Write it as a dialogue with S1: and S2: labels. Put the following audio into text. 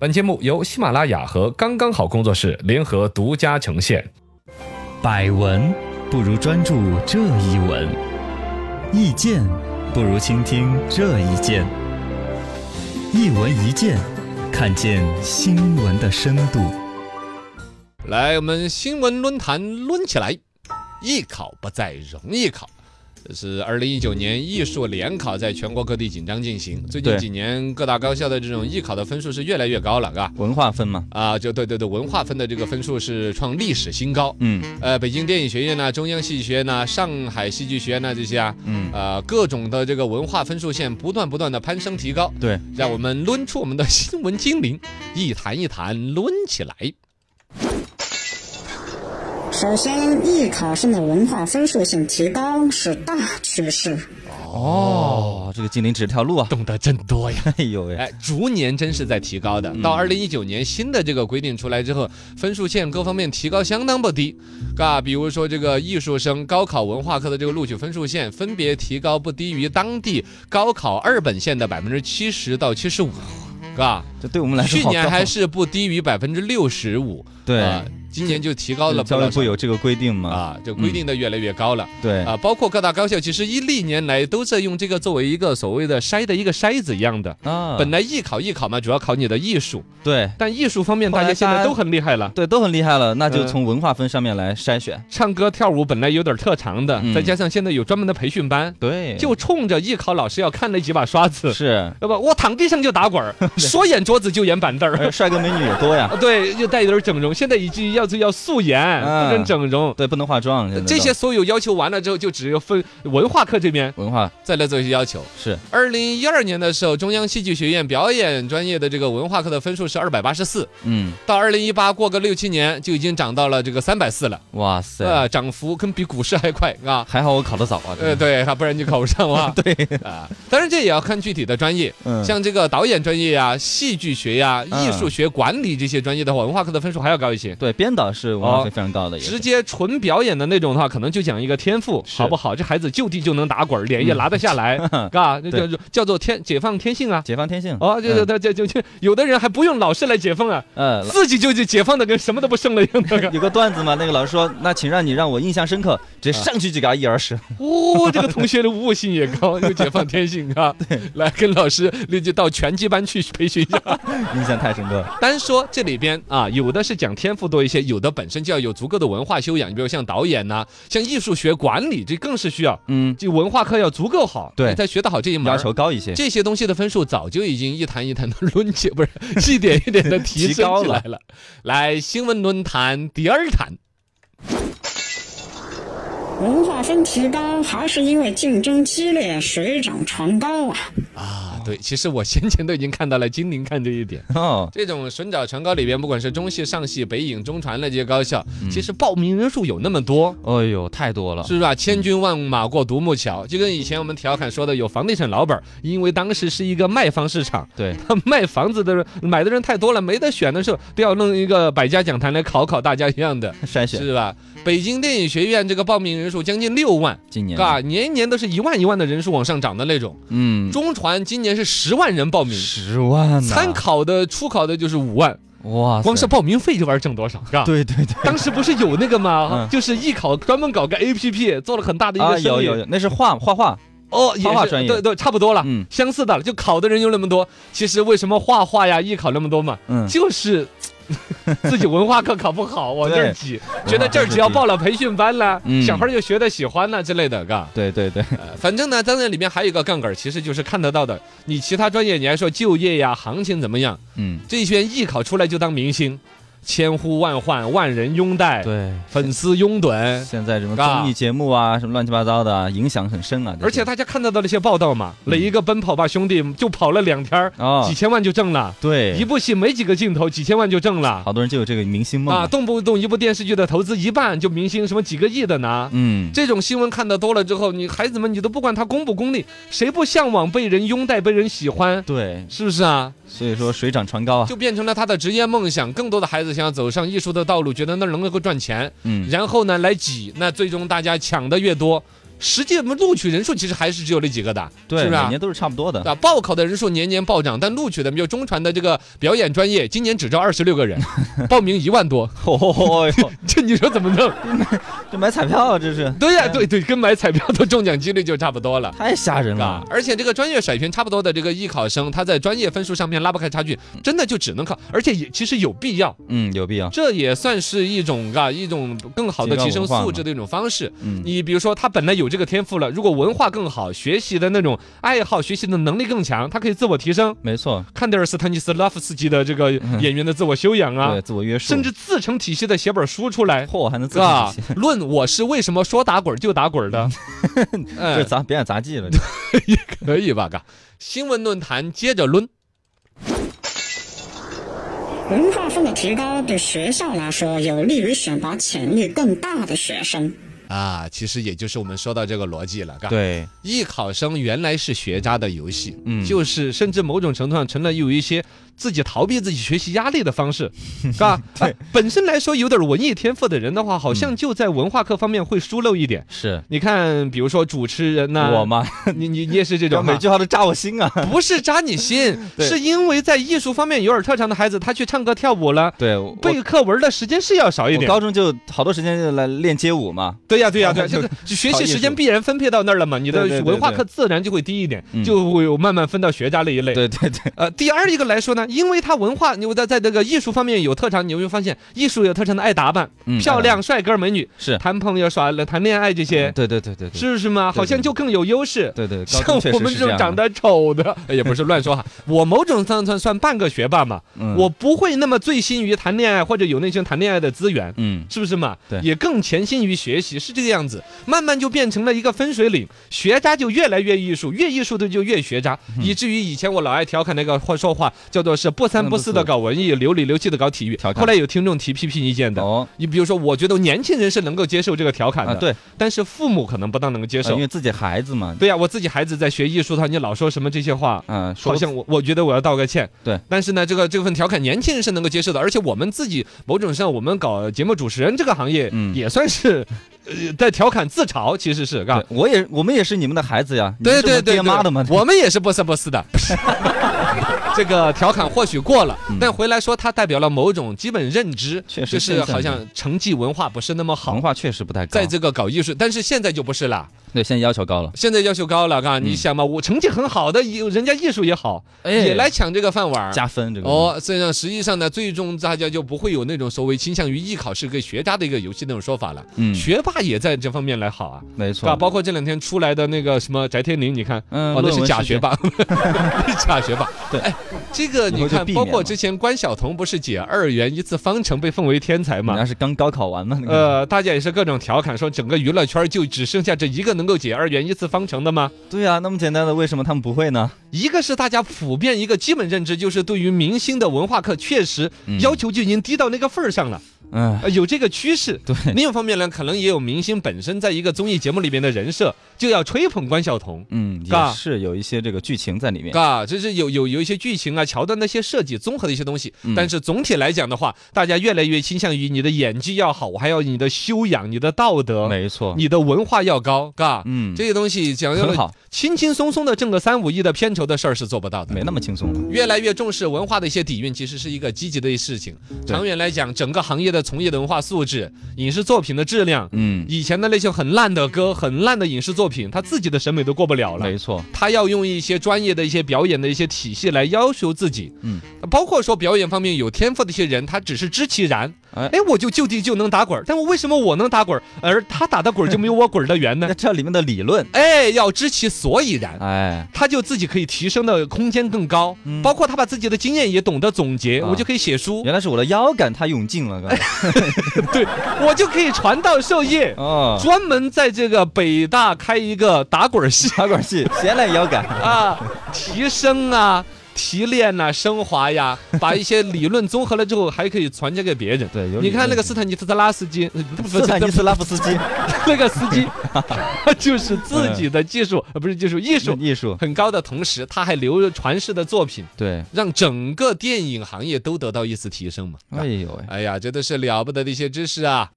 S1: 本节目由喜马拉雅和刚刚好工作室联合独家呈现。
S2: 百闻不如专注这一闻，意见不如倾听这一见。一闻一见，看见新闻的深度。
S1: 来，我们新闻论坛抡起来！艺考不再容易考，这是二零一九年艺术联考在全国各地紧张进行。最近
S2: 对
S1: 几年，各大高校的这种艺考的分数是越来越高了，啊
S2: 文化分嘛，
S1: 啊，就对对对，文化分的这个分数是创历史新高。
S2: 嗯
S1: 呃，北京电影学院呐、中央戏剧学院呐、上海戏剧学院呐、这些啊，
S2: 嗯，
S1: 呃，各种的这个文化分数线不断不断的攀升提高，
S2: 对，
S1: 让我们抡出我们的新闻精灵，
S2: 嗯
S1: 一坛一坛抡起来。
S3: 首先，艺考生的文化分数线提高是大趋势。
S2: 哦，这个精灵指条路啊，
S1: 懂得真多呀！
S2: 哎呦喂，
S1: 哎，逐年真是在提高的。
S2: 嗯
S1: 到二零一九年新的这个规定出来之后，分数线各方面提高相当不低，啊，比如说这个艺术生高考文化课的这个录取分数线分别提高不低于当地高考二本线的百分之七十到七十五，啊，
S2: 这对我们来说
S1: 去
S2: 好
S1: 年
S2: 高
S1: 还是不低于百分之六十五，
S2: 对，
S1: 啊今年就提高了不
S2: 教育
S1: 老
S2: 部
S1: 少
S2: 有这个规定嘛？
S1: 啊，这规定的越来越高了。
S2: 对，
S1: 啊，包括各大高校，其实一历年来都在用这个作为一个所谓的筛的一个筛子一样的。
S2: 啊，
S1: 本来艺考艺考嘛，主要考你的艺术，
S2: 对
S1: 但艺术方面
S2: 后
S1: 大
S2: 来
S1: 家现
S2: 大
S1: 在
S2: 家
S1: 都很厉害了。
S2: 对都很厉害了，那就
S1: 嗯
S2: 从文化分上面来筛选。
S1: 唱歌跳舞本来有点特长的，
S2: 嗯
S1: 再加上现在有专门的培训班，
S2: 对，
S1: 就冲着艺考老师要看那几把刷子，
S2: 是
S1: 要不我躺地上就打 滚儿，说演桌子就演板凳
S2: 而
S1: 儿。
S2: 帅哥美女也多呀，
S1: 对，又带一点整容，现在已经要要素颜，
S2: 嗯
S1: 不跟整容。
S2: 对，不能化妆，现在都
S1: 这些所有要求完了之后，就只有分文化课这边
S2: 文化
S1: 再来做一些要求。
S2: 是
S1: 二零一二年的时候，中央戏剧学院表演专业的这个文化课的分数是二百八十四，
S2: 嗯，
S1: 到二零一八过个六七年就已经涨到了这个三百四了，
S2: 哇塞，
S1: 呃，涨幅跟比股市还快啊。
S2: 还好我考得早啊，
S1: 呃，
S2: 真的
S1: 对，啊不然就考不上 啊。对啊，当然这也要看具体的专业，
S2: 嗯
S1: 像这个导演专业呀、戏剧学呀、
S2: 嗯
S1: 艺术学、管理这些专业的话，文化课的分数还要高一些。
S2: 对，编导是文化
S1: 哦
S2: 费非常高的，也是
S1: 直接纯表演的那种的话，可能就讲一个天赋，
S2: 是嗯
S1: 好不好？这孩子就地就能打滚儿，脸也拿得下 来，嘎，这叫做叫做天解放天性啊。
S2: 解放天性
S1: 哦，就就他就就就有的人还不用老师来解放啊，
S2: 嗯呃。
S1: 自己就就解放的跟什么都不剩了一样 的。
S2: 有个段子嘛，那个老师说，那请让你让我印象深刻，
S1: 嗯
S2: 直接上去就给他一耳屎。
S1: 哦，这个同学的悟性也高，又解放天性啊。来跟老师立即到拳击班去培训 一下。
S2: 印象太深刻了。
S1: 单说这里边啊，有的是讲天赋多一些，有的本身就要有足够的文化修养，你比如像导演呐、像艺术学管理，这更是需要。
S2: 嗯，
S1: 这文化课要足够好，
S2: 对
S1: 你才学得好这一门儿。
S2: 要求高一些。
S1: 嗯这些东西的分数早就已经一坛一坛的抡起，不是一点一点的 提升起来了。来，新闻论坛第二坛，
S3: 文化分提高，还是因为竞争激烈，水涨船高啊！
S1: 啊，对，其实我先前都已经看到了，金陵看这一点。
S2: 哦，
S1: 这种水涨船高里边，不管是中戏、上戏、北影、中传那些高校，其实报名人数有那么多。
S2: 哎呦，太多了。
S1: 是不是啊？千军万马过独木桥，就跟以前我们调侃说的，有房地产老板儿，因为当时是一个卖方市场，
S2: 对，
S1: 他卖房子的人买的人太多了，没得选的时候，都要弄一个百家讲坛来考考大家一样的。
S2: 筛选
S1: 是吧？北京电影学院这个报名人数将近六万，
S2: 今年，
S1: 嘎，年年都是一万一万的人数往上涨的那种。
S2: 嗯，
S1: 中传今年是十万人报名，
S2: 十万呢。
S1: 参考的初考的就是五万，
S2: 哇塞，
S1: 光是报名费就玩挣多少，嘎。
S2: 对对对
S1: 当时不是有那个吗？
S2: 嗯
S1: 就是艺考专门搞个 A P P，做了很大的一
S2: 啊，
S1: 个生
S2: 有
S1: 意。
S2: 有有，那是画画画，
S1: 哦，也
S2: 画画
S1: 是
S2: 专业
S1: 对对，差不多了，
S2: 嗯
S1: 相似的了，就考的人有那么多。其实为什么画画呀、艺考那么多嘛？
S2: 嗯，
S1: 就是 自己文化课考不好，往这儿挤，
S2: 对
S1: 觉得这儿只要报了培训班了
S2: 嗯，
S1: 小孩儿就学的喜欢了之类的，嘎。
S2: 对对对，
S1: 呃反正呢，当然里面还有一个杠杆儿，其实就是看得到的。你其他专业，你还说就业呀、行情怎么样？
S2: 嗯，
S1: 这一圈艺考出来就当明星，千呼万唤，万人拥戴，
S2: 对。
S1: 粉丝拥趸。
S2: 现在什么
S1: 嘎
S2: 综艺节目啊，什么乱七八糟的啊，影响很深啊。这些
S1: 而且大家看得到那些报道嘛，哪一个奔跑吧兄弟就跑了两天儿，
S2: 哦
S1: 几，千万就挣了。一
S2: 对，
S1: 部戏没几个镜头，几千万就挣了。
S2: 好多人就有这个明星梦
S1: 啊，
S2: 嘛。
S1: 动不动一部电视剧的投资一半就明星什么几个亿的拿。
S2: 嗯，
S1: 这种新闻看得多了之后，你孩子们你都不管他功不功利，谁不向往被人拥戴、被人喜欢，
S2: 对，
S1: 是不是啊？
S2: 所以说水涨船高啊。
S1: 就变成了他的职业梦想。更多的孩子想要走上艺术的道路，觉得那儿能够赚钱，
S2: 嗯，
S1: 然后呢来挤，那最终大家抢的越多，实际我们录取人数其实还是只有那几个的，
S2: 对，
S1: 是不是、
S2: 每
S1: 啊
S2: 年？都是差不多的
S1: 对。吧？报考的人数年年暴涨，但录取的，比如中传的这个表演专业，今年只招二十六个 人，报名一万多，
S2: 哦哟，
S1: 这你说怎么弄？
S2: 这买彩票啊，这是
S1: 对呀、对对，跟买彩票的中奖几率就差不多了。
S2: 太吓人
S1: 啊
S2: 了！，
S1: 而且这个专业水平差不多的这个艺考生，他在专业分数上面拉不开差距，真的就只能靠，而且也其实有必要，
S2: 嗯，有必要。
S1: 这也算是一种啊一种更好的提升素质的一种方式。
S2: 嗯，
S1: 你比如说，他本来有这个天赋了，如果文化更好，学习的那种爱好、学习的能力更强，他可以自我提升。
S2: 没错，
S1: 看德尔斯坦尼斯拉夫斯基的这个演员的自我修养啊
S2: 嗯对，，自我约束，
S1: 甚至啊自成体系的写本书出来，
S2: 嚯还能 自
S1: 是吧
S2: 己，？
S1: 论我是为什么说打滚就打滚的，
S2: 这
S1: 嗯，
S2: 杂表演杂技了。
S1: 可以吧？嘎，新闻论坛接着抡。
S3: 文化分的提高对学校来说有利于选拔潜力更大的学生。
S1: 啊，其实也就是我们说到这个逻辑了，嘎。，
S2: 对，
S1: 艺考生原来是学渣的游戏，
S2: 嗯
S1: 就是甚至某种程度上成了有一些自己逃避自己学习压力的方 式，嘎。
S2: 对
S1: 啊本身来说有点文艺天赋的人的话，好像就在文化课方面会疏漏一点。
S2: 是
S1: 你看，比如说主持人呐、
S2: 嗯我吗？
S1: 你你你也是这种
S2: 每
S1: 吗？
S2: 句话都扎我 心啊！
S1: 不是扎你心，
S2: 对
S1: 是因为在艺术方面有点特长的孩子，他去唱歌跳舞了，
S2: 对，我
S1: 背课文的时间是要少一
S2: 我
S1: 点。
S2: 高中就好多时间就来练街舞嘛。
S1: 对呀、对呀、对呀、这
S2: 就
S1: 个学习时间必然分配到那儿了嘛，你的
S2: 对对对
S1: 文化
S2: 对
S1: 课自然就会低一点，
S2: 嗯
S1: 就会有慢慢分到学渣那一类。
S2: 对对对，
S1: 呃，第二一个来说呢，因为他文化，你在在这个艺术方面有特长，你会发现艺术有特长的爱打扮，
S2: 嗯
S1: 漂亮、帅哥、美女，
S2: 是
S1: 谈朋友、耍谈恋爱这些，
S2: 对对对对对，
S1: 是不是吗？
S2: 对
S1: 好像就更有优势。
S2: 对对，高
S1: 像
S2: 中确
S1: 我
S2: 实
S1: 们
S2: 是
S1: 这种
S2: 样
S1: 长
S2: 的。
S1: 得丑的，哎也不是乱说哈， 我某种上算算半个学霸嘛，
S2: 嗯
S1: 我不会那么醉心于谈恋爱或者有那些谈恋爱的资源，
S2: 嗯，
S1: 是不是嘛？
S2: 对
S1: 也更潜心于学习，是这个样子，慢慢就变成了一个分水岭，学渣就越来越艺术，越艺术的就越学渣，
S2: 嗯
S1: 以至于以前我老爱调侃那个话说话叫做是不三不四的搞文艺，流里流气的搞体育
S2: 调。侃
S1: 后来有听众提批评意见的。
S2: 哦
S1: 你比如说，我觉得年轻人是能够接受这个调侃的，
S2: 啊，对，
S1: 但是父母可能不大能够接
S2: 啊因
S1: 受。
S2: 为自己孩子嘛，
S1: 对呀、我自己孩子在学艺术的话，你老说什么这些话，
S2: 嗯，说
S1: 好像我我觉得我要道个歉。
S2: 对，
S1: 但是呢，这个这份调侃年轻人是能够接受的，而且我们自己某种上我们搞节目主持人这个行业，
S2: 嗯
S1: 也算是、呃、在调侃自嘲，其实是嘎
S2: 对。我也我们也是你们的孩子呀，你们
S1: 啊对
S2: 是
S1: 对
S2: 我
S1: 对，
S2: 爹妈的嘛，
S1: 对 我们也是不三不四的。这个调侃或许过了，但回来说它代表了某种基本认知，
S2: 嗯确实
S1: 就是
S2: 这
S1: 是
S2: 样
S1: 好像成绩文化不是那么
S2: 文
S1: 好。
S2: 化确实不太高，
S1: 在这个搞艺术，但是现在就不是啦，
S2: 对现在要求高了，
S1: 现在要求高了，嘎，你想嘛，我成绩很好的，有人家艺术也好，
S2: 嗯哎
S1: 也来抢这个饭碗儿，
S2: 加分这个
S1: 哦，所以呢，实际上呢，最终大家就不会有那种所谓倾向于艺考是个学渣的一个游戏那种说法了。
S2: 嗯
S1: 学霸也在这方面来好啊，
S2: 没
S1: 是吧？
S2: 错，
S1: 包括这两天出来的那个什么翟天临，你看，
S2: 嗯
S1: 哦，那
S2: 论
S1: 是
S2: 文
S1: 假
S2: 事件
S1: 学霸， 假学霸。
S2: 对
S1: 哎，这个
S2: 以
S1: 你
S2: 后就
S1: 看，
S2: 避
S1: 包
S2: 免
S1: 括
S2: 嘛
S1: 之前关晓彤不是解二元一次方程被奉为天才
S2: 人
S1: 嘛
S2: 家？是刚高考完嘛，那个
S1: 呃，大家也是各种调侃说，整个娱乐圈就只剩下这一个能够解二元一次方程的吗？
S2: 对呀，那么简单的为什么他们不会呢？
S1: 一个是大家普遍一个基本认知，就是对于明星的文化课确实要求就已经低到那个份儿上了，
S2: 嗯，
S1: 呃有这个趋势。
S2: 对，
S1: 另一方面呢，可能也有明星本身在一个综艺节目里面的人设就要吹捧关晓彤。
S2: 嗯，也
S1: 嘎
S2: 是有一些这个剧情在里面，
S1: 嘎，这是有有有一些剧情啊、桥段那些设计综合的一些东西，
S2: 嗯
S1: 但是总体来讲的话，大家越来越倾向于你的演技要好，我还要你的修养、你的道德、
S2: 没错，
S1: 你的文化要高，嘎，
S2: 嗯
S1: 这些东西讲究
S2: 很
S1: 了
S2: 好，
S1: 轻轻松松的挣个三五亿的片酬的事儿是做不到的。
S2: 没那么轻松了，
S1: 越来越重视文化的一些底蕴，其实是一个积极的事情。
S2: 对
S1: 长远来讲，整个行业的从业的文化素质、影视作品的质量，
S2: 嗯，
S1: 以前的那些很烂的歌、很烂的影视作品，他自己的审美都过不了了
S2: 没。错，
S1: 他要用一些专业的一些表演的一些体系来要求自己，
S2: 嗯，
S1: 包括说表演方面有天赋的一些人，他只是知其然，
S2: 哎
S1: 哎，我就就地就能打滚儿，但我为什么我能打滚儿，而他打的滚儿就没有我滚儿的圆呢
S2: 那？这里面的理论，
S1: 哎，要知其所以然，
S2: 哎，
S1: 他就自己可以提升的空间更高，
S2: 嗯
S1: 包括他把自己的经验也懂得总结，
S2: 啊
S1: 我就可以写书，
S2: 原来是我的腰杆它用尽了，刚才
S1: 对我就可以传道授业，
S2: 哦，
S1: 专门在这个北大开一个打滚系
S2: 插管器，谁来腰杆？
S1: 啊，提升啊。提炼呐、升华呀，把一些理论综合了之后，还可以传接给别人。
S2: 对有理
S1: 你看那个
S2: 论
S1: 斯坦尼斯特拉斯基，哎呃不不
S2: 斯坦尼斯拉夫 斯基，
S1: 那个司机，就是自己的技术，呃，不是技术，艺术
S2: 艺术，
S1: 很高的同时，他还留着传世的作品，
S2: 对，
S1: 让整个电影行业都得到一次提升嘛。
S2: 哎呦喂。
S1: 哎呀，真的是了不得的一些知识啊！